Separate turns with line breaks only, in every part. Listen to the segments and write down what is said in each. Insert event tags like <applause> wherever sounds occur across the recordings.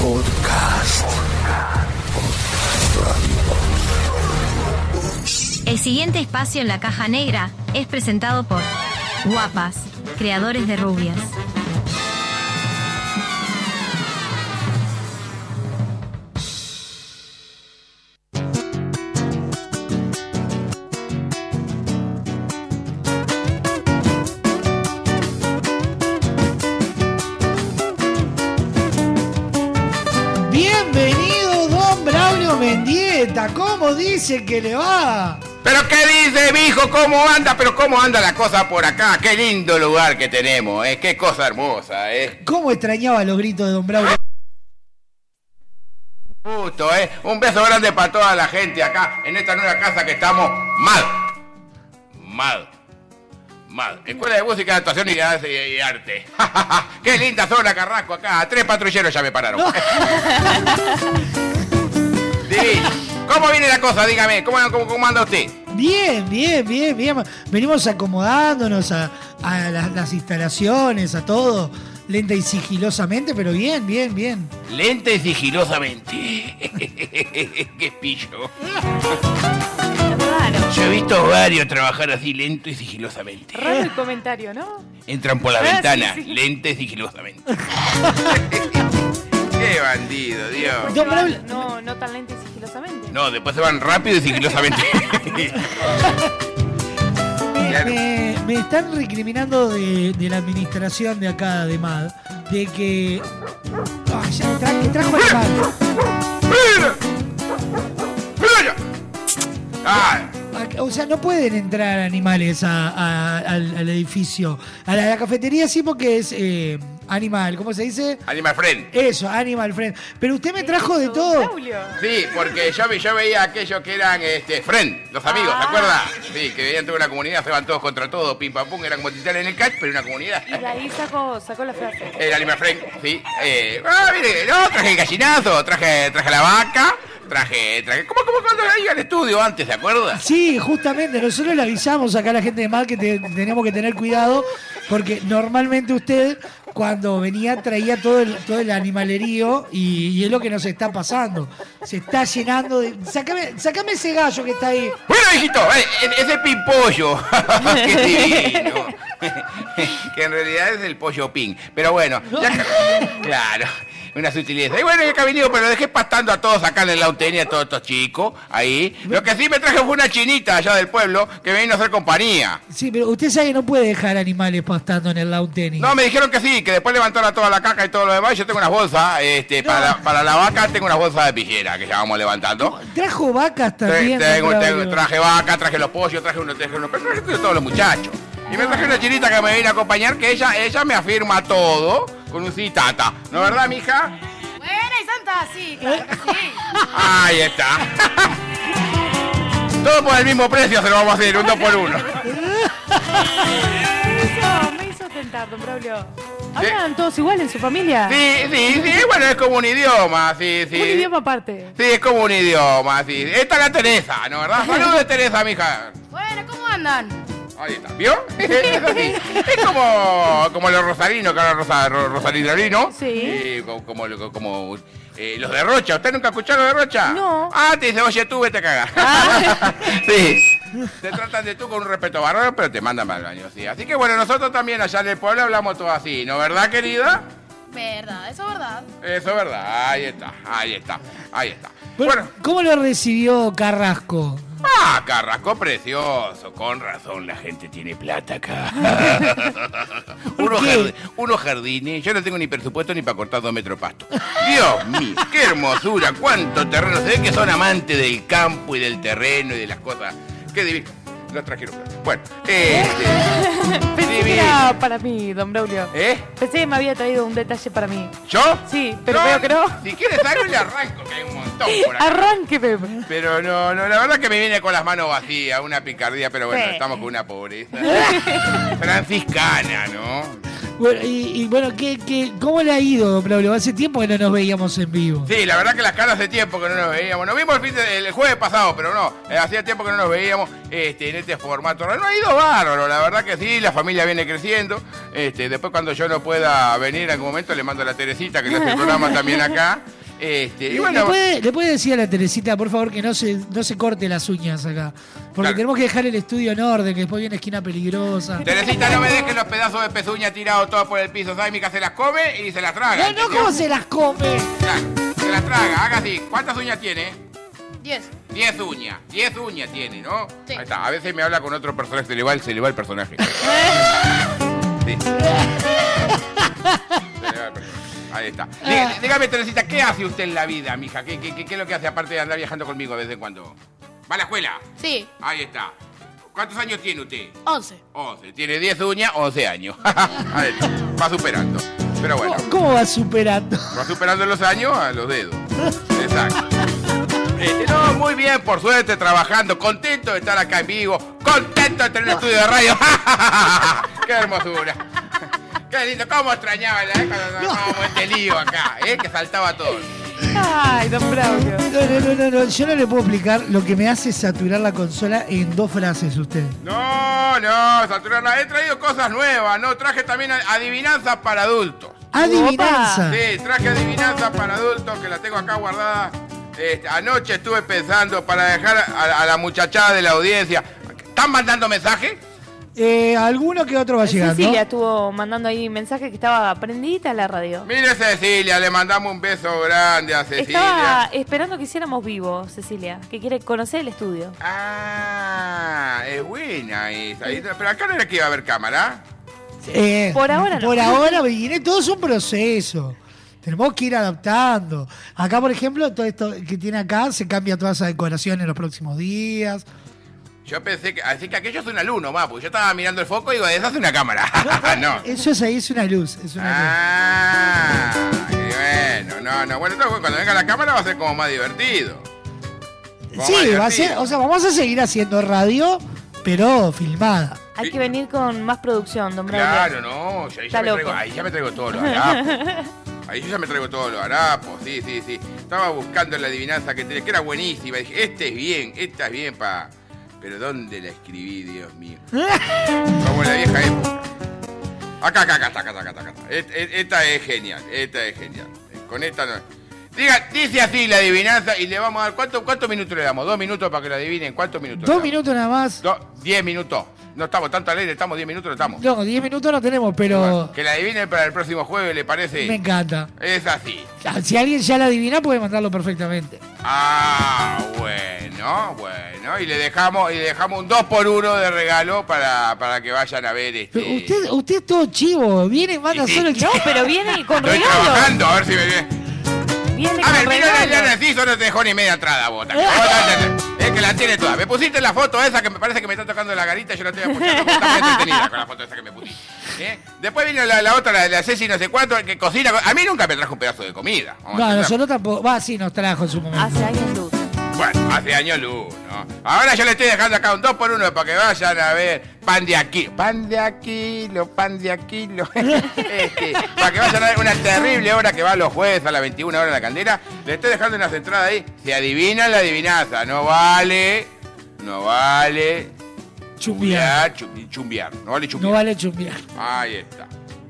Podcast.
El siguiente espacio en la caja negra es presentado por Guapas, creadores de rubias.
Bienvenido, don Braulio Mendieta. ¿Cómo dice que le va?
Pero qué dice, mijo, cómo anda, pero cómo anda la cosa por acá. Qué lindo lugar que tenemos, eh. Qué cosa hermosa, eh.
¿Cómo extrañaba los gritos de don Braulio?
Justo, eh. Un beso grande para toda la gente acá en esta nueva casa que estamos mal. Mal. Mal. Escuela de Música, Actuación y, y- y Arte. <laughs> qué linda zona, Carrasco, acá. Tres patrulleros ya me pararon. <laughs> Divi, ¿Cómo viene la cosa? Dígame, ¿cómo, cómo, cómo anda usted?
Bien, bien, bien, bien. Venimos acomodándonos a, a las, las instalaciones, a todo, lenta y sigilosamente, pero bien, bien, bien.
Lente y sigilosamente. <laughs> Qué pillo.
Raro.
Yo he visto varios trabajar así lento y sigilosamente.
Raro el comentario, ¿no?
Entran por la
Ah,
ventana,
sí, sí.
lento y
<laughs>
sigilosamente. Qué bandido, Dios.
Don Braulio-
No, no tan lento y sigilosamente.
No, después se van rápido y
<laughs>
sigilosamente. <laughs>
Me,
Claro.
me- me están recriminando de, de la administración de acá, de MAD, de que. Ah, ya tra- que trajo el MAD.
Ah,
Ac- O sea, no pueden entrar animales a- a- al, al edificio. A la, a la cafetería sí porque es eh, animal, ¿cómo se dice?
Animal Friend.
Eso, animal friend. Pero usted me trajo de
Don
todo.
Braulio.
Sí, porque yo, ve- yo veía aquellos que eran este, friend, los amigos, ¿te
Ah.
acuerdas? Sí, que veían toda una comunidad, se van todos contra todos, pim pam pum, eran como titanes en el catch, pero una comunidad.
Y de ahí sacó, sacó la frase.
El Animal Friend, sí. Eh, ah, mire, no, traje el gallinazo, traje, traje la vaca, traje, traje. ¿Cómo, cómo cuando iba al estudio antes, ¿se acuerda?
Sí, justamente, nosotros le avisamos acá a la gente de MAD que te- tenemos que tener cuidado porque normalmente usted cuando venía traía todo el, todo el animalerío y, y es lo que nos está pasando. Se está llenando de... Sácame, sácame ese gallo que está ahí.
Bueno, hijito, eh, eh, ese pimpollo. <laughs> Qué divino. <laughs> que en realidad es el pollo pin. Pero bueno, ya que- claro. Una sutileza. Y bueno, ya que ha venido, pero dejé pastando a todos acá en el lauteña, a todos estos chicos, ahí. Lo que sí me traje fue una chinita allá del pueblo que me vino a hacer compañía.
Sí, pero usted sabe que no puede dejar animales pastando en el lawn tenis.
No, me dijeron que sí, que después levantaron toda la caca y todo lo demás. Yo tengo unas bolsas, este,
No.
para, para la vaca tengo unas bolsas de pijera que ya vamos levantando.
Trajo vacas
Te-
también.
tengo-
don
tengo-
Braulio.
traje vaca, traje los pollos, traje unos, traje unos, traje todos los muchachos. Y me traje una chinita que me viene a acompañar, que ella, ella me afirma todo con un citata. ¿No verdad, mija?
Buena y santa, sí, claro que sí.
Ahí está. <laughs> Todo por el mismo precio se lo vamos a hacer, un dos por uno.
Me hizo, me hizo tentar, don Braulio.
Sí.
¿Hablan todos igual en su familia?
Sí, sí, sí, bueno, es como un idioma, sí, sí.
Un idioma aparte.
Sí, es como un idioma, sí. Esta es la Teresa, ¿no verdad? Saludos de Teresa, mija.
Bueno, ¿cómo andan?
Ahí está, ¿vio? <laughs> Es así. Es como, como los rosarinos, que ahora rosa, ro- rosarinorino.
Sí.
Eh, co- como lo- como eh, los de Rocha. ¿Usted nunca escuchó los de Rocha?
No.
Ah, te dice, oye, tú vete a cagar.
Ah.
<laughs> sí. Te tratan de tú con un respeto bárbaro, pero te mandan mal baño, sí. Así que bueno, nosotros también allá en el pueblo hablamos todo así, ¿no verdad, querida?
Verdad, eso es verdad.
Eso es verdad. Ahí está, ahí está, ahí está.
Bueno, ¿Cómo lo recibió Carrasco?
Ah, Carrasco precioso. Con razón la gente tiene plata
<laughs>
acá. unos,
qué?
jardi- unos jardines. Yo no tengo ni presupuesto ni para cortar dos metros de pasto. Dios mío, qué hermosura, cuánto terreno. Se ve que son amantes del campo y del terreno y de las cosas. Qué divino. Los trajeron. Bueno,
<laughs>
este,
Pensé que era para mí, don Braulio.
¿eh?
Pensé que me había traído un detalle para mí.
¿Yo?
Sí, pero veo que no.
Si quieres algo le arranco, que hay un montón
<laughs>
por acá.
Arránqueme.
Pero no, no, la verdad que me viene con las manos vacías, una picardía, pero bueno,
Sí.
estamos con una pobreza <laughs> franciscana, ¿no?
Bueno, y, y bueno, ¿qué, qué, cómo le ha ido, don Braulio? Hace tiempo que no nos veíamos en vivo.
Sí, la verdad que las caras de tiempo que no nos veíamos. Nos vimos el, fin de- el jueves pasado, pero no. eh, hacía tiempo que no nos veíamos este, en este formato. No ha ido bárbaro, la verdad que sí. La familia viene creciendo. Este, después, cuando yo no pueda venir en algún momento, le mando a la Teresita, que le hace el programa también acá. Este, y
¿Le-
bueno,
¿Le, puede, le puede decir a la Teresita, por favor, que no se, no se corte las uñas acá? Porque
Claro.
tenemos que dejar el estudio en orden, que después viene esquina peligrosa.
Teresita, no me dejes los pedazos de pezuña tirados todos por el piso. Zaimica se las come y se las traga.
No, no, ¿cómo se las come?
Ya, Se las traga, haga así. ¿Cuántas uñas tiene?
Diez.
10 uñas, 10 uñas tiene, ¿no?
Sí.
Ahí está, a veces me habla con otro personaje, se le va, el- se le va el
<laughs>
personaje. Sí. Se le va el personaje. Ahí está. Dí- Dígame, Teresita, ¿qué hace usted en la vida, mija? ¿Qué, qué, qué, qué es lo que hace aparte de andar viajando conmigo de vez en cuando? ¿Va a la escuela?
Sí,
Ahí está. ¿Cuántos años tiene usted?
once.
11. Tiene 10 uñas, 11 años. <laughs> Ahí está. Va superando. Pero bueno,
¿Cómo, cómo va superando?
va superando los años a los dedos. Exacto. Este, no, muy bien, por suerte, trabajando, contento de estar acá en vivo, contento de tener un estudio de radio. <laughs> ¡Qué hermosura! ¡Qué lindo! ¿Cómo extrañaba la época cuando estábamos este lío acá? ¿eh? Que saltaba todo.
Ay, don Braulio.
No, no, no, no, no, yo no le puedo explicar lo que me hace saturar la consola en dos frases usted.
No, no, Saturana, he traído cosas nuevas, ¿no? Traje también adivinanzas para adultos.
Adivinanza.
Sí, traje adivinanza para adultos que la tengo acá guardada. Este, anoche estuve pensando para dejar a, a la muchachada de la audiencia. ¿Están mandando mensajes?
Eh, alguno que otro va llegando.
Cecilia estuvo mandando ahí mensajes que estaba prendidita la radio.
Mire Cecilia, le mandamos un beso grande a Cecilia.
Estaba esperando que hiciéramos vivo, Cecilia, que quiere conocer el estudio.
Ah, es buena esa. Ahí está. Pero acá no era que iba a haber cámara.
Eh,
Por ahora no.
Por ahora viene todo es un proceso. Tenemos que ir adaptando. Acá, por ejemplo, todo esto que tiene acá se cambia toda esa decoración en los próximos días.
Yo pensé que. Así que aquello es un alumno, más, porque yo estaba mirando el foco y digo, esa es una cámara. <laughs>
<laughs>
no.
Eso es ahí, es una luz. Es una
Ah, y bueno, no, no. Bueno, entonces, cuando venga la cámara va a ser como más divertido.
luz. Sí, va a ser, o sea, vamos a seguir haciendo radio, pero filmada.
Hay que venir con más producción, don Braulio.
Claro, no, yo ahí ya,
Está
me traigo,
loco.
ahí ya me traigo todos los harapos. Ahí yo ya me traigo todos los harapos, sí, sí, sí. Estaba buscando la adivinanza que tenés, que era buenísima. Dije, este es bien, esta es bien pa. Pero ¿dónde la escribí, Dios mío? Como en la vieja época. Acá, acá, acá, acá, acá, acá, acá. Et- et- Esta es genial, esta es genial. Con esta no. Diga, dice así la adivinanza y le vamos a dar. ¿Cuánto- ¿Cuántos minutos le damos? ¿Dos minutos para que la adivinen? ¿Cuántos minutos? le
Dos
damos?
minutos nada más.
Do- diez minutos. No estamos tanto alegre, estamos diez minutos, no estamos.
No, diez minutos no tenemos, pero
Que la adivinen para el próximo jueves, ¿le parece?
me encanta. Ah,
Es así.
Si alguien ya la adivina, puede mandarlo perfectamente.
Ah, bueno, bueno. Y le dejamos, y le dejamos un 2 por 1 de regalo para, para que vayan a ver este.
Pero usted, usted es todo chivo. Viene y manda
Sí, sí.
solo el
No,
<laughs>
pero viene con
Estoy
regalo.
trabajando, a ver si me viene.
Viene
A
con
ver, mirá la
regalo.
Eliana sí, solo te dejó ni media entrada, bota. Es que la tiene toda. Me pusiste la foto esa que me parece que me está tocando la garita, yo la estoy apuntando porque está
<laughs>
muy entretenida con la foto esa que me pusiste. ¿eh? Después vino la, la otra, la de la Ceci no sé cuánto, que cocina. A mí nunca me trajo un pedazo de comida. vamos a
No,
empezar.
nosotros tampoco. Va, sí, nos trajo en su momento.
Hace años luz.
Bueno, hace años luz, ¿no? Ahora yo le estoy dejando acá un 2 por 1 para que vayan a ver pan de aquí. Pan de aquilo, pan de aquilo. <laughs> Este, para que vayan a ver una terrible hora que va los jueves a las 21 horas en la candela. Le estoy dejando unas entradas ahí. Se adivina la adivinanza. No vale, no vale.
Chumbiar.
chum- chumbiar. No vale chumbiar.
No vale chumbiar.
Ahí está.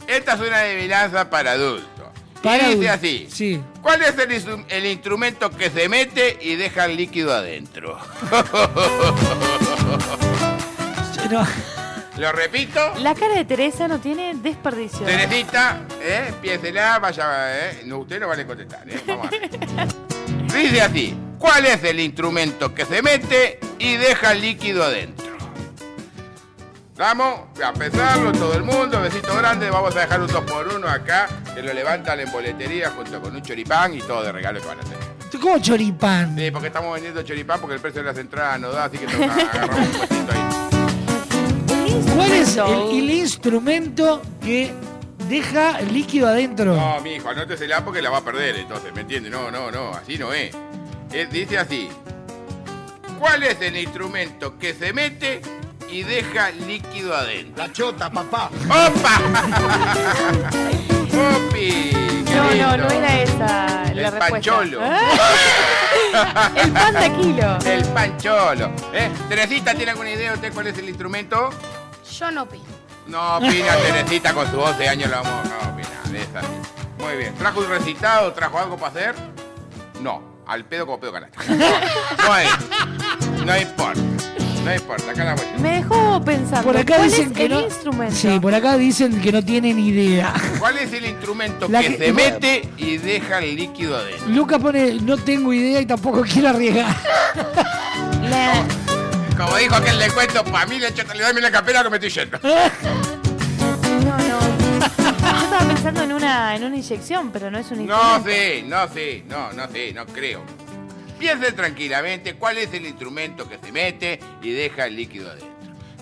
Esta es una adivinanza para adultos. Y
Para
dice
adultos,
así.
sí.
¿Cuál es el, insu- el instrumento que se mete y deja el líquido adentro? <laughs>
No.
Lo repito.
La cara de Teresa no tiene desperdicio.
Teresita, ¿eh? Piénsela, vaya, ¿eh? No, usted no vale contestar, ¿eh? Vamos a ver. Dice así. ¿Cuál es el instrumento que se mete y deja el líquido adentro? Vamos a pensarlo todo el mundo, besito grande, vamos a dejar un 2 por 1 acá, que lo levantan en boletería junto con un choripán y todo de regalo que van a tener.
¿Cómo choripán?
Sí, porque estamos vendiendo choripán porque el precio de las entradas no da, así que nos agarramos un puestito ahí.
¿Cuál es el,
Instrumento.
el instrumento que deja el líquido adentro?
No, mi hijo, anótesela porque la va a perder, entonces, ¿me entiende? No, no, no, así no es. Eh, Es- dice así. ¿Cuál es el instrumento que se mete y deja líquido adentro.
La chota, papá.
¡Opa! <laughs> ¡Opi! qué
No, no,
lindo.
no era esa la
El
respuesta.
pancholo.
Ah, <laughs> El pan de kilo.
El pancholo. ¿Eh? Teresita, ¿tiene alguna idea usted cuál es el instrumento?
Yo no opino.
No opina Teresita con su 12 años la vamos a opinar de esa. Muy bien. ¿Trajo un recitado? ¿Trajo algo para hacer? No. Al pedo como pedo canasta. No, hay. No importa. No importa. Acá la voy.
Me dejó pensando.
Por acá
¿Cuál
dicen
es
que
el
no.
instrumento?
Sí, por acá dicen que no tienen idea.
¿Cuál es el instrumento
La
que,
que-
se mete y deja el líquido adentro?
Lucas pone, no tengo idea y tampoco <laughs> quiero arriesgar.
La-
Como dijo aquel le cuento, para mí le echo le doy la capela que me estoy yendo.
No, no. Yo estaba pensando en una, en una inyección, pero no es un
No
instrumento.
sé, no sé, no, no sé, no creo. Piense tranquilamente cuál es el instrumento que se mete y deja el líquido adentro.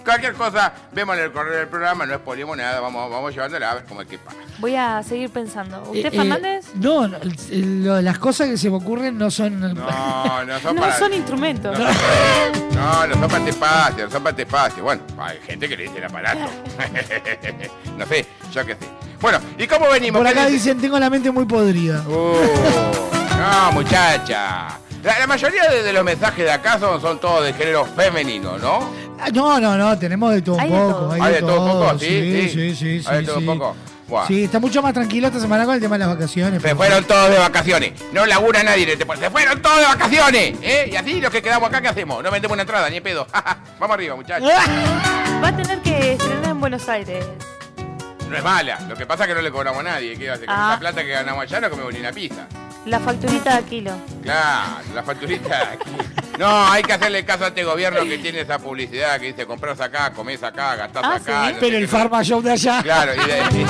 Cualquier cosa, vemos en el correo del programa, no exponemos nada, vamos, vamos llevándola a ver cómo es que pasa.
Voy a seguir pensando.
Eh,
¿Usted,
eh,
Fernández?
no, no, el- el- lo- las cosas que se me ocurren no son...
No, no son
No
para.
son instrumentos.
no, no, los sopas te pases, los sopas te pases. Bueno, hay gente que le dice el aparato. <laughs> no sé, yo qué sé. Bueno, ¿y cómo venimos?
Por
¿Qué
acá
dice?
dicen, tengo la mente muy podrida.
Uh, no, muchacha. La, la mayoría de, de los mensajes de acá son, son todos de género femenino, ¿no?
Ah, No, no, no, tenemos de todo un
Hay de
poco.
todo.
Hay de todo un poco, sí, sí.
Sí, sí, sí.
Hay de
sí,
todo un
sí.
poco. Buah.
Sí, está mucho más tranquilo esta semana con el tema de las vacaciones.
Se
pero-
fueron todos de vacaciones. No labura nadie. en este pueblo. Se fueron todos de vacaciones. ¿eh? Y así los que quedamos acá, ¿qué hacemos? No vendemos una entrada, ni en pedo. <laughs> Vamos arriba, muchachos.
<laughs> Va a tener que estrenar en Buenos Aires.
No es mala. Lo que pasa es que no le cobramos a nadie. ¿Qué hace? Con
Ah.
esa plata que ganamos allá no comemos ni una pizza.
La facturita de kilo.
Claro, la facturita aquí. No, hay que hacerle caso a este gobierno que tiene esa publicidad que dice compras acá, comés acá, gastás
Ah,
acá.
sí.
no sé
Pero
qué
el
cosa.
Pharma Shop de allá.
Claro, y, de- y-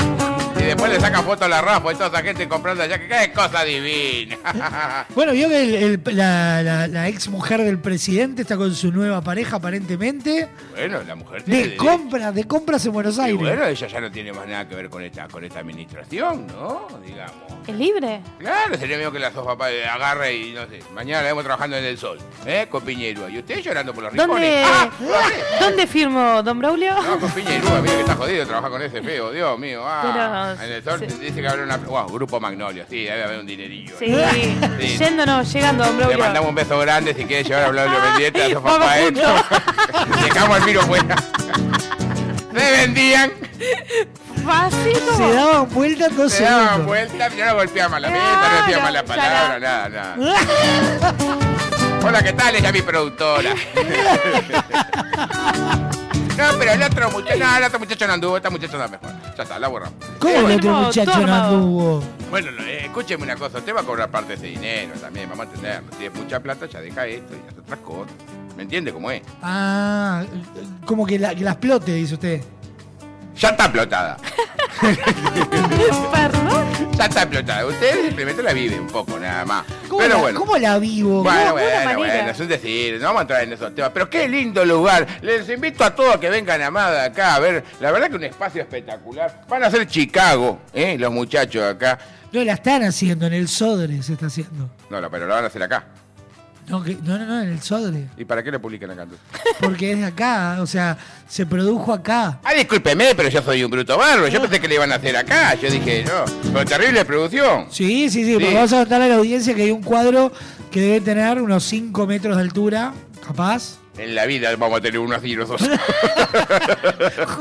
y después le saca foto a la Rafa y toda esa gente comprando allá, que qué cosa divina. <laughs>
Bueno, vio que el- el- la, la- la ex mujer del presidente está con su nueva pareja, aparentemente.
bueno, la mujer tiene
De
derecho.
compras, de compras en Buenos
Y
Aires.
bueno, ella ya no tiene más nada que ver con esta, con esta administración, ¿no? Digamos.
¿Es libre?
Claro, sería mío que la sopa pa- eh, agarre y no sé. Mañana la vemos trabajando en el sol, ¿eh? Con Piñerúa. Y usted llorando por los
¿Dónde, ¿Eh?
rincones. ¡Ah! ¡Lo hablé!
¿Dónde firmo, don Braulio?
No, con Piñerúa, mira que está jodido trabajar con ese feo, Dios mío. Ah,
Pero,
en el sol
sí.
dice que habrá una. Wow, grupo Magnolio, sí, debe haber un dinerillo.
Sí.
Sí.
Yendo no, llegando, don
Le
Braulio.
mandamos un beso grande si quiere llevar a Blavio Mendieta a esos
Vamos
papás
juntos.
<laughs> estos. Dejamos el piro fuera. Se vendían,
Fácil como-
Se daban vueltas dos
se daban
segundos.
vueltas, yo no golpeaba más la mesa, no decía
Claro,
malas
ya
palabras, nada, nada. Hola, ¿qué tal? Ella es mi
<laughs>
productora. No, pero el otro muchacho, no, el otro muchacho no anduvo, esta muchacha no mejor. Ya está, la borramos.
¿Cómo el otro
Tenemos todo
muchacho no
armado.
anduvo?
Bueno, lo- eh, escúcheme una cosa, usted va a cobrar parte de ese dinero también, vamos a entenderlo. Si es mucha plata, ya deja esto y hace otras cosas. ¿Me entiende cómo es?
Ah, como que la, que la explote, dice usted.
Ya está explotada.
Perdón.
<laughs> Ya está explotada. Usted simplemente la vive un poco, nada más.
¿Cómo,
Pero
la,
bueno.
¿cómo la vivo?
Bueno,
De alguna
bueno,
manera.
bueno, es un decir, no vamos a entrar en esos temas, pero qué lindo lugar. Les invito a todos que vengan a Amada acá a ver, la verdad que un espacio espectacular. Van a ser Chicago, ¿eh? los muchachos acá.
No la están haciendo, en el Sodre se está haciendo.
No, no, pero lo van a hacer acá.
No, que- no, no, no, en el Sodre.
¿Y para qué lo publican acá entonces?
Porque es de acá, o sea, se produjo acá.
Ah, discúlpeme, pero yo soy un bruto barro. Yo pensé que le iban a hacer acá. Yo dije, no, con terrible producción.
Sí, sí, sí,
Sí.
porque vamos a contar a la audiencia que hay un cuadro que debe tener unos 5 metros de altura,
<laughs>
capaz.
En la vida vamos a tener unos
<laughs>
así nosotros.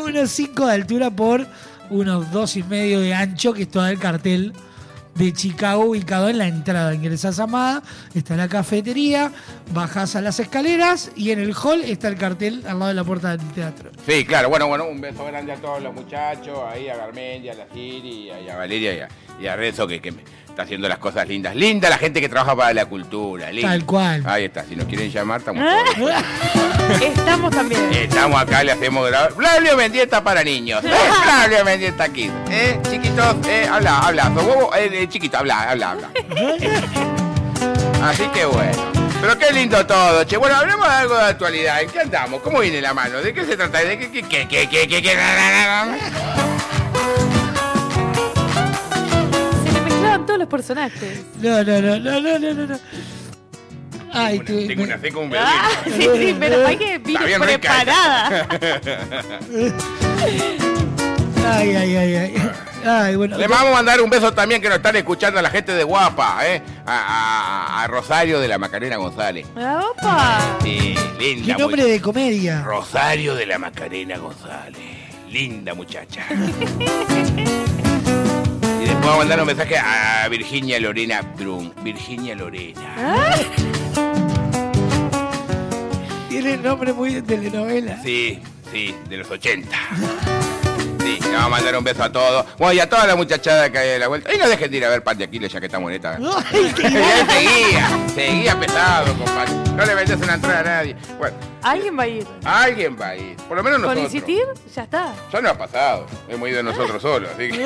unos 5 de altura por unos dos y medio de ancho, que es todo el cartel de Chicago ubicado en la entrada. Ingresás a Amada, está la cafetería, bajás a las escaleras y en el hall está el cartel al lado de la puerta del teatro.
Sí, claro, bueno, bueno, un beso grande a todos los muchachos, ahí a Garmendia, a la Siri, ahí a Valeria y a, y a Rezo, que, que me está haciendo las cosas lindas. Linda la gente que trabaja para la cultura, linda.
Tal cual.
Ahí está, si nos quieren llamar, estamos
Ah.
todos.
Estamos también.
Estamos acá, le hacemos grabar. Flavio Mendieta para niños. ¿eh? Flavio Mendieta Kids. ¿Eh? Chiquitos, eh, habla, habla. Sos bobo, eh, eh, chiquito, habla, habla, habla. Así que bueno. Pero qué lindo todo, che. Bueno, hablemos de algo de actualidad. ¿En qué andamos? ¿Cómo viene la mano? ¿De qué se trata? ¿De qué, qué, qué, qué, qué, qué, qué?
Se le mezclaban todos los personajes.
No, no, no, no, no, no, no. no. Ay,
Tengo
te-
una- tengo
me-
una fe como un bebé.
Ah, sí, sí, pero hay que
Está
vivir
bien rica. <laughs>
preparada.
Ay, ay, ay, ay. Ay, bueno.
Le vamos a mandar un beso también que nos están escuchando a la gente de Guapa, ¿eh? A, a- a Rosario de la Macarena González.
Ah, ¡Opa!
Sí,
Qué
linda.
nombre
much-
de comedia.
Rosario de la Macarena González. Linda muchacha. y después vamos a mandar un mensaje a Virginia Lorena Brum. Virginia Lorena.
Tiene nombre muy de telenovela.
Sí, sí, de los 80. Sí, le vamos a mandar un beso a todos. Bueno, y a toda la muchachada que hay de la vuelta. Y no dejen de ir a ver Pan de Aquiles ya que estamos en esta.
Ay, qué-
Él <laughs> seguía, seguía pesado, compadre. No le vendes una entrada a nadie. Bueno,
¿Alguien va a ir?
alguien va a ir. Por lo menos
¿Con
nosotros.
insistir? Ya está.
Ya no ha pasado. Hemos ido nosotros solos, así
<laughs>
que.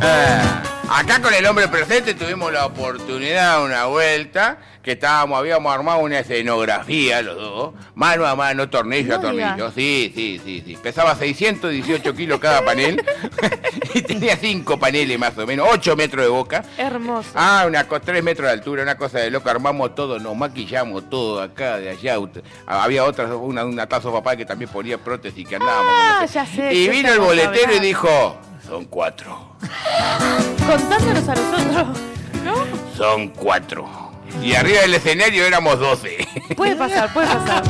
Ah, Acá con el hombre presente tuvimos la oportunidad, una vuelta, que estábamos, habíamos armado una escenografía los dos, mano a mano, tornillo a
No
tornillo.
digas.
Sí, sí, sí, sí. Pesaba 618 kilos cada panel <laughs> y tenía cinco paneles más o menos, 8 metros de boca.
Hermoso.
Ah, una cosa, tres metros de altura, una cosa de loco, armamos todo, nos maquillamos todo acá, de allá. ut- Había otra, una, una taza papá que también ponía prótesis que andábamos.
Ah,
no sé.
ya sé,
Y
ya
vino
sé
el
cómo
boletero y
hablar.
dijo, son cuatro,
Contándonos
<laughs>
a nosotros. ¿No?
son cuatro. Y arriba del escenario éramos doce. <laughs>
Puede pasar, puede pasar.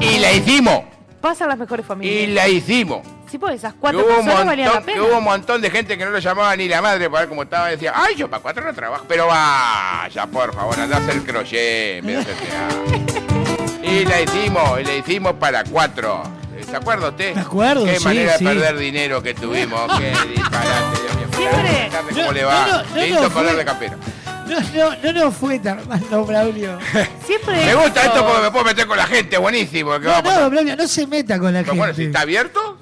y la hicimos,
Pasan las mejores familias.
y la hicimos.
Sí, pues esas
Que
cuatro
hubo, un
personas
montón,
valían la pena.
que hubo un montón de gente que no lo llamaba ni la madre para ver cómo estaba. Decía, ay, yo para cuatro no trabajo. Pero vaya, por favor, andá a hacer crochet en vez de hacer
<laughs>
teatro. Y la hicimos, y la hicimos para cuatro. ¿Se acuerda usted?
Me acuerdo,
Qué
sí,
manera
sí.
de perder dinero que tuvimos.
<laughs>
Qué disparate, Dios mío.
Siempre.
Tarde,
No,
¿Cómo le
no,
va?
no, no,
Lindo
no,
color
fue-
de campera.
No, no, no, no fue tan mal, no,
<laughs>
Braulio.
Siempre
Me gusta esto porque me puedo meter con la gente, buenísimo. ¿Qué va
No,
a pasar?
no, Braulio, no se meta con la
Pero bueno, si
gente.
está abierto,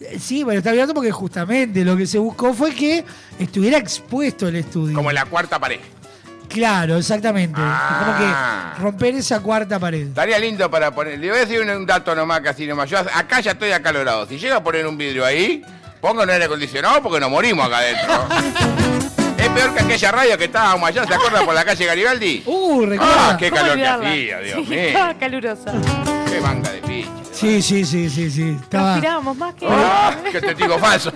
Eh, Sí, bueno, está abierto porque justamente lo que se buscó fue que estuviera expuesto el estudio.
como en la cuarta pared.
Claro, exactamente.
Ah.
Como que romper esa cuarta pared.
Estaría lindo para poner. Le voy a decir un, un dato nomás, casi nomás. Yo acá ya estoy acalorado. Si llega a poner un vidrio ahí, pongo un aire acondicionado porque nos morimos acá
<laughs>
adentro. es peor que aquella radio que estábamos allá, ¿se acuerda? Por la calle Garibaldi.
Uh,
ah,
recuerda.
qué
¿Cómo
calor que
olvidarla?
hacía, Dios
Sí,
mío.
Estaba calurosa.
Qué manga de picha.
Sí, sí, sí, sí, sí. Estaba.
Respirábamos más que.
Ah, qué testigo
<laughs>
falso.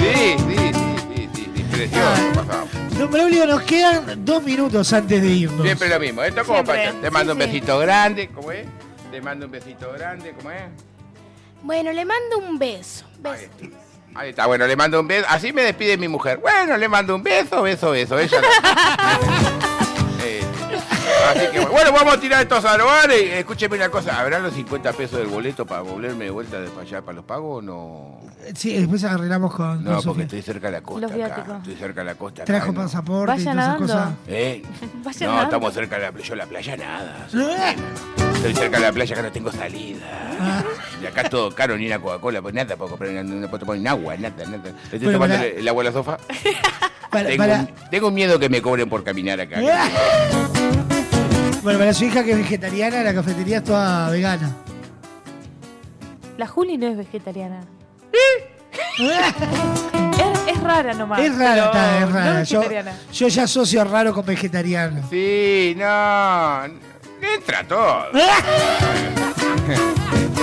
sí, sí, sí, sí, sí, sí, precioso pasamos.
Don Braulio, nos quedan dos minutos antes de irnos.
Siempre lo mismo. Esto es como
Siempre.
para. Te mando
Sí,
un
sí.
besito grande, ¿cómo es? Te mando un besito grande, ¿cómo es?
Bueno, le mando un beso.
Ahí
beso.
está. Ahí está, bueno, le mando un beso. Así me despide mi mujer. Bueno, le mando un beso, beso, beso. Ella
<laughs>
no. Eh, Así que bueno, vamos a tirar estos arobares. Escúcheme una cosa, ¿habrá los 50 pesos del boleto para volverme de vuelta de para allá para los pagos o no?
Sí, después arreglamos con,
No,
con
porque
Sofía.
estoy cerca de la costa
Los
acá.
viáticos.
Estoy cerca de la costa acá.
Trajo
¿no?
pasaporte y
Vaya
todas esas
nadando.
cosas.
¿Eh?
Vaya
No,
nadando.
estamos cerca de la playa. Yo la playa nada.
Ah.
Estoy cerca de la playa, acá no tengo salida. Y acá todo caro, ni una Coca-Cola, pues nada, puedo comprar, no, no puedo tomar ni agua, nada, nada. Le Estoy
Pero
tomando
para-
el agua a la sofa.
Para-
Tengo,
para- Ah.
un- tengo miedo que me cobren por caminar acá.
<laughs> Bueno, para su hija que es vegetariana, la cafetería es toda vegana.
La Juli no es vegetariana.
¿Eh?
Es, es rara nomás.
es rara,
pero
está, es
No
rara. Yo,
vegetariana.
yo ya asocio raro con vegetariano.
Sí, no. le Entra todo.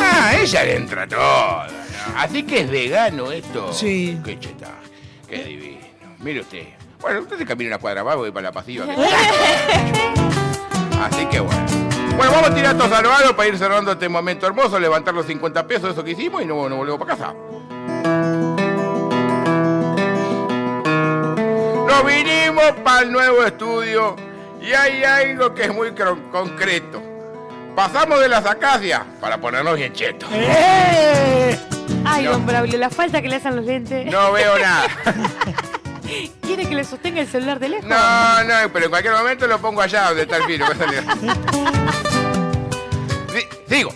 Ah, ella le entra todo. ¿no? Así que es vegano esto.
Sí.
Qué cheta. Qué divino. Mire usted. Bueno, usted se camina una cuadra más, voy para la pasiva. que- Así que bueno. Bueno, vamos a tirar estos salvados para ir cerrando este momento hermoso, levantar los 50 pesos, eso que hicimos, y no, no volvemos para casa. Nos vinimos para el nuevo estudio y hay algo que es muy cron- concreto. Pasamos de las acacias para ponernos bien chetos.
¡Eh!
Ay,
No.
don Braulio, la falta que le hacen los lentes.
No veo nada.
¿Quiere que le sostenga el celular de lejos?
No, no, pero en cualquier momento lo pongo allá donde está el virus. Sí, Sigo.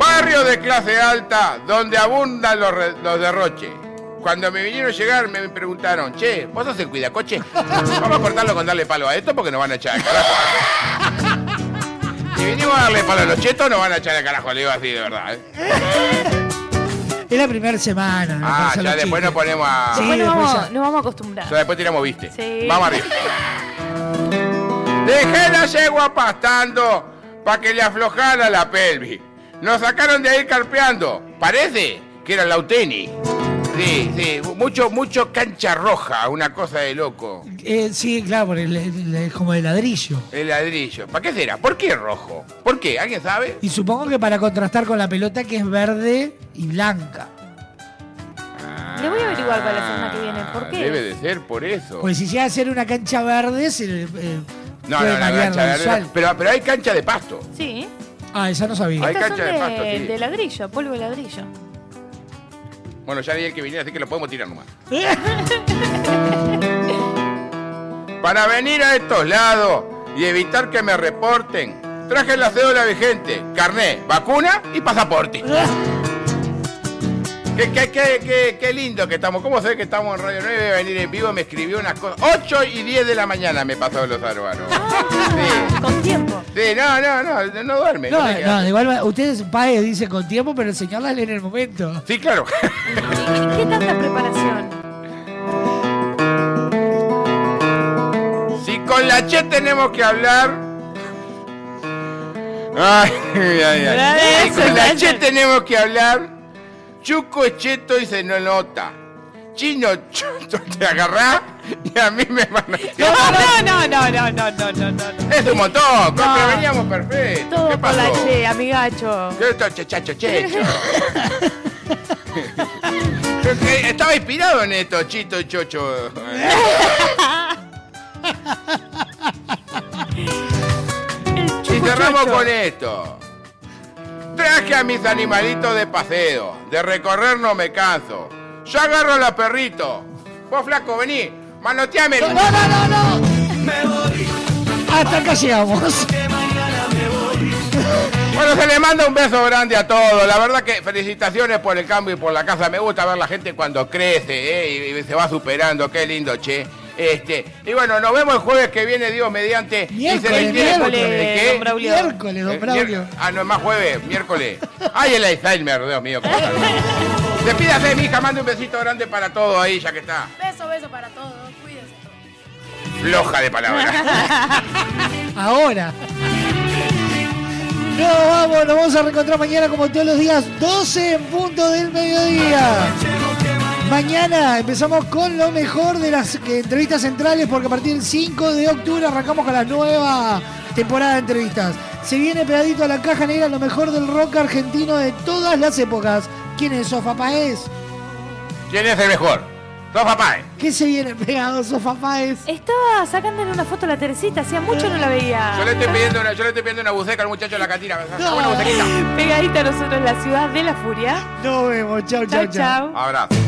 Barrio de clase alta donde abundan los, re- los derroches. Cuando me vinieron a llegar me preguntaron, che, ¿vos sos el cuidacoche? Vamos a cortarlo con darle palo a esto porque nos van a echar al carajo. Si vinimos a darle palo a los chetos, nos van a echar al carajo, le digo así de verdad. ¿eh?
Es la primera semana. me
Ah,
pasan
ya
los
después nos
chistes.
ponemos a.
Sí.
Después nos
después
vamos,
ya.
nos vamos a acostumbrar.
Ya después tiramos, viste.
Sí.
Vamos arriba. Dejé la yegua pastando para que le aflojara la pelvis. Nos sacaron de ahí carpeando. Parece que era Lauteni. Sí, sí. Mucho, mucho cancha roja, una cosa de loco.
Eh, sí, claro, por el- el- el- como de ladrillo.
El ladrillo. ¿Para qué será? ¿Por qué rojo? ¿Por qué? ¿Alguien sabe?
Y supongo que para contrastar con la pelota que es verde y blanca.
Le voy a averiguar para la semana que viene. ¿Por qué?
Ah. Debe de ser por eso.
Pues si llega a ser una cancha verde, se le, eh,
no,
puede
no, la
variar
cancha
la
de
visual.
Pero, pero hay cancha de pasto.
Sí.
Ah, esa no sabía.
Hay
Estas
cancha
son
de pasto, sí.
de ladrillo, polvo de ladrillo.
Bueno, ya di el que viniera, así que lo podemos tirar nomás. Para venir a estos lados y evitar que me reporten, traje la cédula vigente, carné, vacuna y pasaporte. Qué, qué- qué- qué- qué lindo que estamos. ¿Cómo sé que estamos en Radio 9? Voy a venir en vivo, me escribió unas cosas. 8 y 10 de la mañana me pasó los árbaros. Sí.
Ah, Con tiempo.
Sí, no, no, no, no duerme.
No,
no sé qué
no,
hace.
igual ustedes, Paez dice con tiempo, pero el señor la lee en el momento.
Sí, claro.
¿Qué, qué tanta preparación?
Si con la Che tenemos que hablar. Ay, ay, ay.
Bravo,
Si con la
Sebastián.
Che tenemos que hablar. Chuco es cheto y se no nota. Chino chuto te agarrá y a mí me van a.
no,
Ah,
no, no, no, no, no, no, no. no.
Es un montón,
No.
pero veníamos perfecto.
Todo
¿Qué
por la
pasó?
che, amigacho.
Yo estoy chechacho checho.
<laughs>
Creo que Estaba inspirado en esto, chito y chocho.
El
Y cerramos
chucuchucho.
con esto. Traje a mis animalitos de paseo. De recorrer no me canso. Yo agarro a los perritos. Vos, flaco, vení. Manoteame.
No, no, <laughs> no, no. Hasta acá llegamos.
Bueno, se les manda un beso grande a todos. La verdad que felicitaciones por el cambio y por la casa. Me gusta ver la gente cuando crece ¿eh? y, y se va superando. Qué lindo, che. Este, y bueno, nos vemos el jueves que viene, Dios mediante. y se
Miércoles,
les quiere- ¿eh?
miércoles,
¿Qué?
don Braulio.
Miércoles, don
Eh,
Braulio.
mier- Ah, no, es más jueves, miércoles. Ay, el Alzheimer, Dios mío. cómo está. Despídase, mija, mande un besito grande para todos ahí, ya que está
Beso, beso para todos. Cuídense.
floja de palabras.
Ahora. No, vamos, nos vamos a reencontrar mañana como todos los días, 12 en punto del mediodía. Mañana empezamos con lo mejor de las eh, entrevistas centrales porque a partir del 5 de octubre arrancamos con la nueva temporada de entrevistas. Se viene pegadito a la caja negra lo mejor del rock argentino de todas las épocas. ¿Quién es Sofa Paez?
¿Quién es el mejor? ¿eh? Sofa Páez.
¿Qué se viene pegado Sofa Paez?
Estaba sacándole una foto a la Teresita, hacía mucho no la veía.
Yo le estoy pidiendo una, yo le estoy pidiendo una buceca al muchacho de la cantina.
No.
Una bucequita.
Pegadita a nosotros, la ciudad de la furia.
Nos vemos, chau, chau,
Chau,
chau.
chau.
Abrazo.